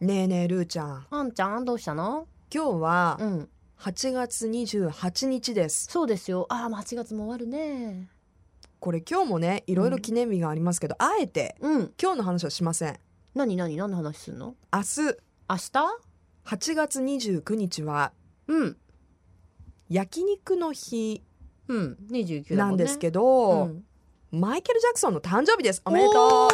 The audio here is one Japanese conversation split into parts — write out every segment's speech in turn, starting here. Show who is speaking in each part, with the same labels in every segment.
Speaker 1: ねえねえルーちゃん
Speaker 2: あんちゃんどうしたの
Speaker 1: 今日は
Speaker 2: うん
Speaker 1: 8月28日です
Speaker 2: そうですよああ8月も終わるね
Speaker 1: これ今日もねいろいろ記念日がありますけど、あえて
Speaker 2: うん
Speaker 1: 今日の話はしません
Speaker 2: 何何何の話すんの
Speaker 1: 明日
Speaker 2: 明日
Speaker 1: 8月29日は
Speaker 2: うん
Speaker 1: 焼肉の日
Speaker 2: うん29だ
Speaker 1: な
Speaker 2: も
Speaker 1: ん
Speaker 2: んね
Speaker 1: ですけ
Speaker 2: う
Speaker 1: ど、
Speaker 2: ん
Speaker 1: マイケル・ジャクソンの誕生日ですおめでとう
Speaker 2: おーハ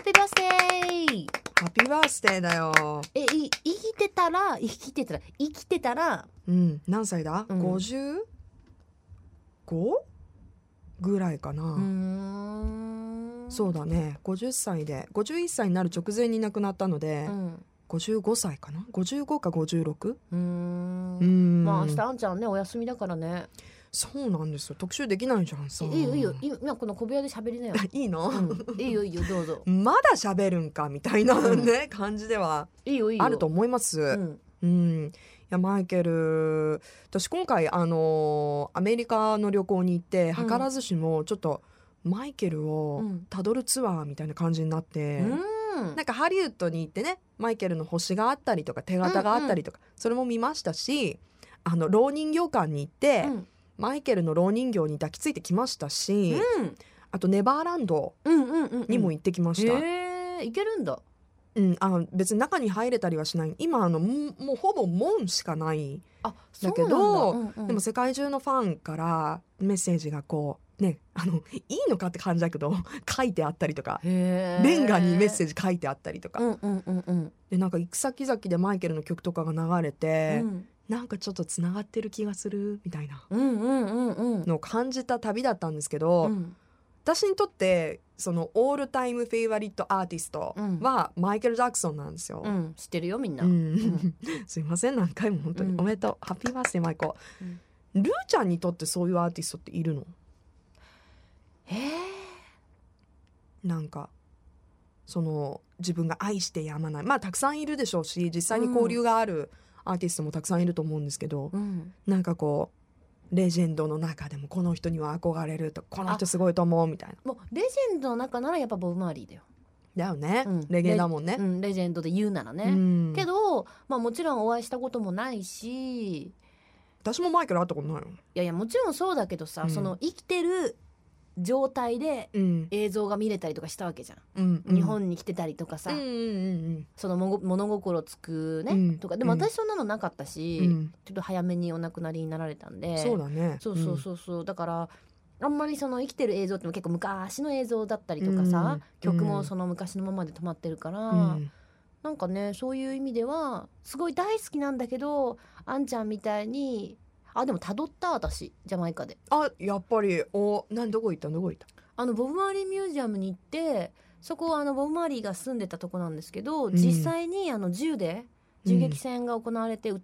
Speaker 2: ッピーバースデー
Speaker 1: ハッピーバースデーだよ
Speaker 2: えい生きてたら生きてたら生きてたら
Speaker 1: うん何歳だ、
Speaker 2: うん
Speaker 1: 55? ぐらいかな、
Speaker 2: うーん
Speaker 1: そうだね50歳で51歳になる直前に亡くなったので、
Speaker 2: うん
Speaker 1: 55歳かな55か 56?
Speaker 2: うー
Speaker 1: うんん
Speaker 2: まあ明日あんちゃんねお休みだからね
Speaker 1: そうなんですよ特集できないじゃんさ
Speaker 2: いいよいいよ今この小部屋で喋りなよ
Speaker 1: いいの、
Speaker 2: うんいいよいいよどうぞ
Speaker 1: まだ喋るんかみたいな
Speaker 2: うん
Speaker 1: ね、感じではい
Speaker 2: いよいいよ
Speaker 1: あると思います
Speaker 2: う
Speaker 1: うん、
Speaker 2: ん
Speaker 1: いやマイケル私今回あのーアメリカの旅行に行って
Speaker 2: ん
Speaker 1: 図らずしもちょっとマイケル
Speaker 2: う
Speaker 1: を
Speaker 2: ん
Speaker 1: たどるツアーみたいな感じになって、
Speaker 2: うん
Speaker 1: なんかハリウッドに行ってねマイケルの星があったりとか手形があったりとか、それも見ましたしあの老人形館に行って、
Speaker 2: うん
Speaker 1: マイケルの老人形に抱きついてきましたし、
Speaker 2: うん
Speaker 1: あとネバーランド
Speaker 2: うんうんうんうん
Speaker 1: にも行ってきました、うん
Speaker 2: へえいけるんだ
Speaker 1: あの別に中に入れたりはしない今あのもうもうほぼ門しかない、
Speaker 2: あ
Speaker 1: だけど
Speaker 2: そうなんだうんうん
Speaker 1: でも世界中のファンからメッセージがこうねあのいいのかって感じだけど 書いてあったりとか
Speaker 2: へえ
Speaker 1: レンガにメッセージ書いてあったりとか、
Speaker 2: うんうんうんうん
Speaker 1: でなんか行く先々でマイケルの曲とかが流れて、
Speaker 2: うん
Speaker 1: なんかちょっとつながってる気がするみたいな
Speaker 2: うんうんうんうん
Speaker 1: のを感じた旅だったんですけど、
Speaker 2: うん
Speaker 1: 私にとってそのオールタイムフェイバリットアーティストはマイケル・ジャクソンなんですよ。
Speaker 2: うん知ってるよみんな
Speaker 1: うん すいません何回も本当に、
Speaker 2: うん
Speaker 1: おめでとうハッピーバースデーマイコ、
Speaker 2: う
Speaker 1: ル
Speaker 2: ん
Speaker 1: ーちゃんにとってそういうアーティストっているの
Speaker 2: へえ
Speaker 1: なんかその自分が愛してやまないまあたくさんいるでしょうし実際に交流があるアーティストもたくさんいると思うんですけど、
Speaker 2: うん
Speaker 1: なんかこうレジェンドの中でもこの人には憧れるとこの人すごいと思うみたいな
Speaker 2: もうレジェンドの中ならやっぱボブ・マーリーだよ
Speaker 1: だよね、
Speaker 2: うん
Speaker 1: レゲエだもんね
Speaker 2: う。んレジェンドで言うなら
Speaker 1: う
Speaker 2: ね
Speaker 1: ん
Speaker 2: けどまあもちろんお会いしたこともないし
Speaker 1: 私もマイケル会ったことないよ、
Speaker 2: いやいやもちろんそうだけど
Speaker 1: う
Speaker 2: さ
Speaker 1: ん
Speaker 2: その生きてる状態で
Speaker 1: うん
Speaker 2: 映像が見れたりとかしたわけじゃん
Speaker 1: うん
Speaker 2: 日本に来てたりとかさ、
Speaker 1: うんうん
Speaker 2: そのもご物心つくね、
Speaker 1: うん
Speaker 2: とかでも
Speaker 1: うん
Speaker 2: 私そんなのなかった
Speaker 1: う
Speaker 2: し、
Speaker 1: んうん、
Speaker 2: ちょっと早めにお亡くなりになられたんで
Speaker 1: そうだね
Speaker 2: そうそうそうそうだからあんまりその生きてる映像っても結構昔の映像だったりとかさ、
Speaker 1: うん
Speaker 2: 曲もその昔のままで止まってるから、
Speaker 1: うん、うん
Speaker 2: なんかねそういう意味ではすごい大好きなんだけどあんちゃんみたいにあでもたどった私ジャマイカで
Speaker 1: あやっぱりおなんどこ行ったどこ行った
Speaker 2: あのボブ・マーリーミュージアムに行ってそこはあのボブ・マーリーが住んでたとこなんですけど、
Speaker 1: ん
Speaker 2: 実際にあの銃で
Speaker 1: うん
Speaker 2: 銃撃戦が行われて、う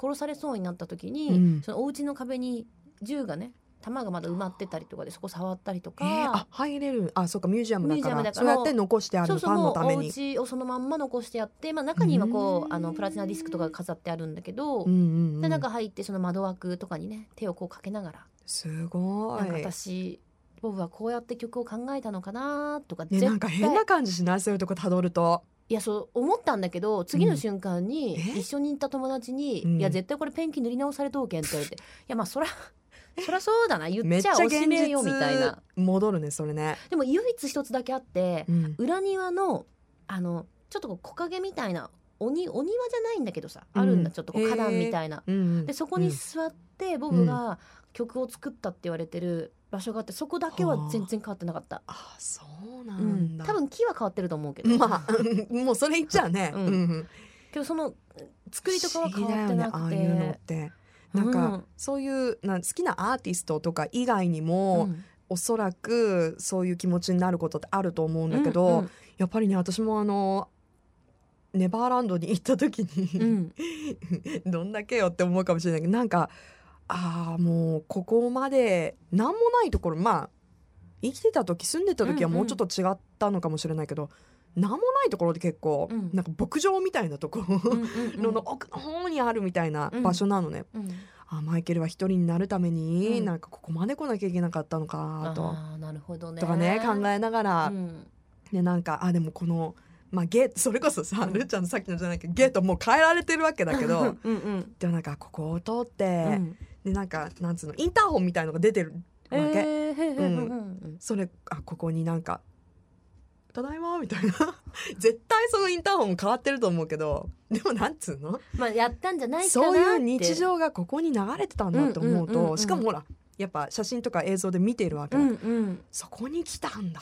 Speaker 2: 殺されそうになった時に、
Speaker 1: うん
Speaker 2: そのお家の壁に銃がね弾がまだ埋まってたりとかでそこ触ったりと
Speaker 1: え
Speaker 2: か、
Speaker 1: ー、あ入れるあそうかミュージアムだから
Speaker 2: ミュージアムだか
Speaker 1: そ
Speaker 2: ら
Speaker 1: うやって残してある
Speaker 2: そうそう
Speaker 1: ファン
Speaker 2: も
Speaker 1: の
Speaker 2: う
Speaker 1: ため
Speaker 2: お
Speaker 1: に
Speaker 2: 家をそのまんま残してやって、まあ、中にはこ
Speaker 1: う
Speaker 2: うんあのプラチナディスクとかが飾ってあるんだけど、
Speaker 1: うんうんうん
Speaker 2: で中入ってその窓枠とかにね手をこうかけながら
Speaker 1: すごい
Speaker 2: なんか私ボブはこうやって曲を考えたのかなとか
Speaker 1: ね、
Speaker 2: 絶対、
Speaker 1: なんか変な感じしないそういうとこたどると
Speaker 2: いやそう思ったんだけど次の瞬間に
Speaker 1: え
Speaker 2: 一緒に行った友達に「
Speaker 1: うん
Speaker 2: いや絶対これペンキ塗り直されとうけん」って言われて「いやま あそらそらそうだな言
Speaker 1: め
Speaker 2: っ
Speaker 1: っ
Speaker 2: ち
Speaker 1: ちゃ
Speaker 2: ゃお
Speaker 1: 現
Speaker 2: しめよ」みたい
Speaker 1: 実
Speaker 2: な
Speaker 1: 戻るねそれね、
Speaker 2: でも唯一一つだけあって
Speaker 1: うん、
Speaker 2: 裏庭のあのちょっとこう木陰みたいなおにお庭じゃないんだけどさあるんだ、
Speaker 1: うん
Speaker 2: ちょっとこう花壇みたいな。
Speaker 1: で
Speaker 2: でそこに座って、ボブが曲を作ったって言われてる場所があってそこだけは全然変わってなかった、
Speaker 1: あそうな
Speaker 2: うん
Speaker 1: んだ、
Speaker 2: 多分木は変わってると思うけ ど、
Speaker 1: まあうんもうそれ言っちゃうね、
Speaker 2: うんけどその作りとかは変わってな
Speaker 1: 不思
Speaker 2: く
Speaker 1: 議
Speaker 2: て、
Speaker 1: だよねああいうのってなんか、そういうなん好きなアーティストとか以外にも、
Speaker 2: うん
Speaker 1: おそらくそういう気持ちになることってあると思うんだけど、
Speaker 2: うん
Speaker 1: やっぱりね私もあのネバーランドに行った時
Speaker 2: うんう
Speaker 1: に、
Speaker 2: ん
Speaker 1: どんだけよって思うかもしれないけどなんかああもうここまで何もないところまあ生きてた時住んでた時は
Speaker 2: うんうん
Speaker 1: もうちょっと違ったのかもしれないけど、何もないところで結構、
Speaker 2: うん
Speaker 1: なんか牧場みたいなところ、
Speaker 2: うんうんうん
Speaker 1: のの奥の方にあるみたいな
Speaker 2: うん
Speaker 1: 場所なのね、
Speaker 2: うん
Speaker 1: あマイケルは一人になるために、
Speaker 2: うん
Speaker 1: なんかここまで来なきゃいけなかったのかと
Speaker 2: あーなるほどね
Speaker 1: とかね考えながら、
Speaker 2: うん
Speaker 1: でなんかあでもこのまあ、ゲそれこそさ、
Speaker 2: うん
Speaker 1: るーちゃんのさっきのじゃないけどゲートもう変えられてるわけだけ ど、
Speaker 2: うんうん
Speaker 1: でもなんかここを通っ
Speaker 2: う
Speaker 1: て、
Speaker 2: ん
Speaker 1: でなんかなんつうのインターホンみたいのが出てるわけ、
Speaker 2: えーへーへー
Speaker 1: うん
Speaker 2: うんうん
Speaker 1: それあここになんか「ただいま」みたいな 絶対そのインターホンも変わってると思うけどでもなんつうの
Speaker 2: まあやったんじゃないかな
Speaker 1: そ
Speaker 2: って
Speaker 1: ういう日常がここに流れてたんだと思うと、
Speaker 2: うんうんうんうん
Speaker 1: しかもほらやっぱ写真とか映像で見ているわけ
Speaker 2: う
Speaker 1: だ、
Speaker 2: んうん
Speaker 1: そこに来たんだ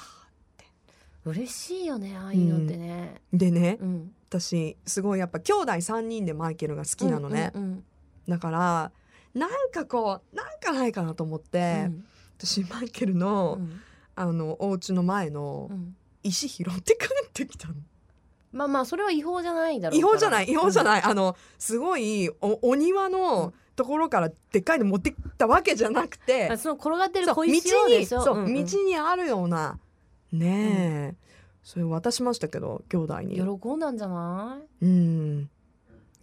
Speaker 2: 嬉しいよねああいうのってね
Speaker 1: でね
Speaker 2: うん
Speaker 1: 私すごいやっぱ兄弟3人でマイケルが好きなのね、
Speaker 2: うんうん
Speaker 1: だからなんかこうなんかないかなと思っ
Speaker 2: う
Speaker 1: て、
Speaker 2: ん
Speaker 1: 私マイケル
Speaker 2: う
Speaker 1: の、
Speaker 2: ん
Speaker 1: あのお家の前の
Speaker 2: うん
Speaker 1: 石拾って帰ってきたの。
Speaker 2: まあまあそれは違法じゃないだろう
Speaker 1: 違法じゃない違法じゃ
Speaker 2: い
Speaker 1: ない、あのすごいおお庭
Speaker 2: う
Speaker 1: のところからでっかいの持ってきたわけじゃなくて、
Speaker 2: その転がってる
Speaker 1: そう
Speaker 2: 小
Speaker 1: 道
Speaker 2: 石をで
Speaker 1: に
Speaker 2: しょ
Speaker 1: そう、
Speaker 2: んん
Speaker 1: 道にあるようなねえ、それ渡しましたけど兄弟に
Speaker 2: 喜んだんじゃない
Speaker 1: うん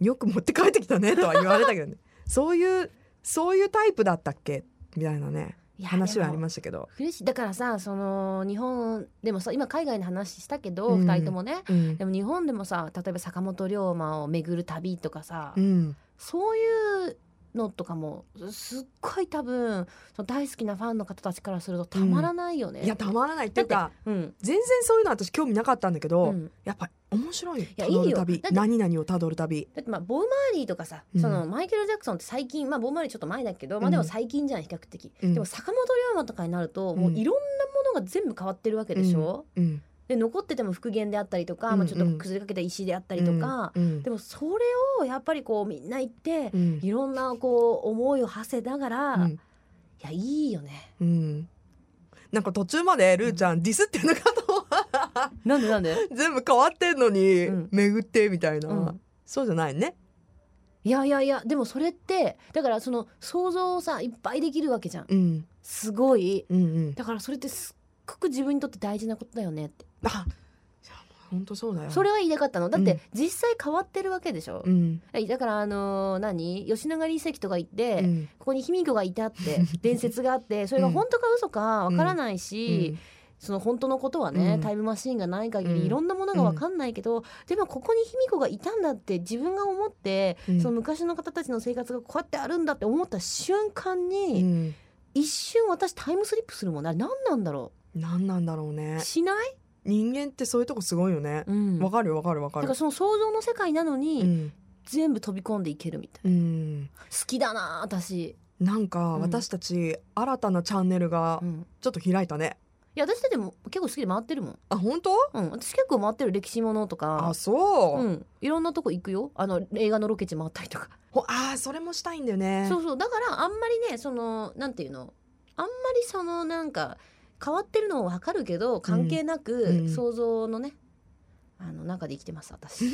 Speaker 1: よく持って帰ってきたねとは言われたけ どねそういうそういうタイプだったっけみたいなね
Speaker 2: いや
Speaker 1: 話はあり
Speaker 2: す
Speaker 1: ましたけど、
Speaker 2: 嬉しいだからさその日本でもさ今海外の話したけど、
Speaker 1: うん
Speaker 2: 2人ともね
Speaker 1: うん
Speaker 2: でも日本でもさ例えば坂本龍馬を巡る旅とかさ、
Speaker 1: うん
Speaker 2: そういうのとかもすっごい多分その大好きなファンの方たちからするとたまらないよね。
Speaker 1: いやたまらないっていうか
Speaker 2: うん
Speaker 1: 全然そういうの私興味なかったんだけど、
Speaker 2: うん
Speaker 1: やっぱ面白い
Speaker 2: や
Speaker 1: たど
Speaker 2: いい
Speaker 1: る
Speaker 2: よ
Speaker 1: 旅
Speaker 2: だって
Speaker 1: 何々をたどる旅
Speaker 2: だってまあボー・マーリーとかさ、
Speaker 1: うん
Speaker 2: そのマイケル・ジャクソンって最近まあボー・マーリーちょっと前だけど、まあでも最近じゃん比較的、
Speaker 1: うん
Speaker 2: でも坂本龍馬とかになると、もういろんなものが全部変わってるわけでしょ、
Speaker 1: うん
Speaker 2: で残ってても復元であったりとか、
Speaker 1: うん
Speaker 2: まあ、ちょっと崩れかけた石であったりとか、
Speaker 1: うんうん
Speaker 2: でもそれをやっぱりこうみんな行って、
Speaker 1: うん
Speaker 2: いろんなこう思いを馳せながら、
Speaker 1: う
Speaker 2: い
Speaker 1: ん
Speaker 2: やいいよね。
Speaker 1: うんなんか途中までルーちゃんディスってんのかと
Speaker 2: なんでなんで、
Speaker 1: 全部変わってんのに
Speaker 2: うん
Speaker 1: 巡ってみたいな、
Speaker 2: うん、
Speaker 1: そうじゃないね
Speaker 2: いやいやいやでもそれってだからその想像をさいっぱいできるわけじゃん
Speaker 1: うん
Speaker 2: すごい
Speaker 1: うんうん
Speaker 2: だからそれってすっごく自分にとって大事なことだよねって
Speaker 1: あいや本当そうだよ
Speaker 2: それは言いたかったのだっ
Speaker 1: うん
Speaker 2: て実際変わってるわけでしょ
Speaker 1: う、ん
Speaker 2: だからあのー何吉野ヶ里遺跡とか行って、
Speaker 1: うん
Speaker 2: ここに卑弥呼がいたって 伝説があってそれが本当か嘘かわからないし、その本当のことはね、
Speaker 1: うん
Speaker 2: タイムマシーンがない限
Speaker 1: うん
Speaker 2: りいろんなものがわかんないけど、でもここに卑弥呼がいたんだって自分が思って、
Speaker 1: うん
Speaker 2: その昔の方たちの生活がこうやってあるんだって思った瞬間
Speaker 1: う
Speaker 2: に、
Speaker 1: ん
Speaker 2: 一瞬私タイムスリップするもんねあれ何なんだろ
Speaker 1: 何なんだろう
Speaker 2: う
Speaker 1: ね
Speaker 2: しない、
Speaker 1: 人間ってそういうとこすごいよね
Speaker 2: うん
Speaker 1: わ
Speaker 2: だ
Speaker 1: かるよわかるわか
Speaker 2: から
Speaker 1: る
Speaker 2: その想像の世界なのに、
Speaker 1: うん
Speaker 2: 全部飛び込んでいけるみたい
Speaker 1: うん
Speaker 2: な好きだな私、
Speaker 1: なんか
Speaker 2: うん
Speaker 1: 私たち新たなチャンネルが
Speaker 2: うん、
Speaker 1: ちょっと開いたね
Speaker 2: いや私だっても結構好きで回ってるもん、
Speaker 1: あ本当
Speaker 2: うん、私結構回ってる歴史ものとか、
Speaker 1: あそううん
Speaker 2: いろんなとこ行くよあの映画のロケ地回ったりとか、
Speaker 1: ほあーそれもしたいんだよね
Speaker 2: そうそうだからあんまりねそのなんていうのあんまりそのなんか変わってるのはわかるけど関係なく、
Speaker 1: うん
Speaker 2: 想像のねあの中で生きてます私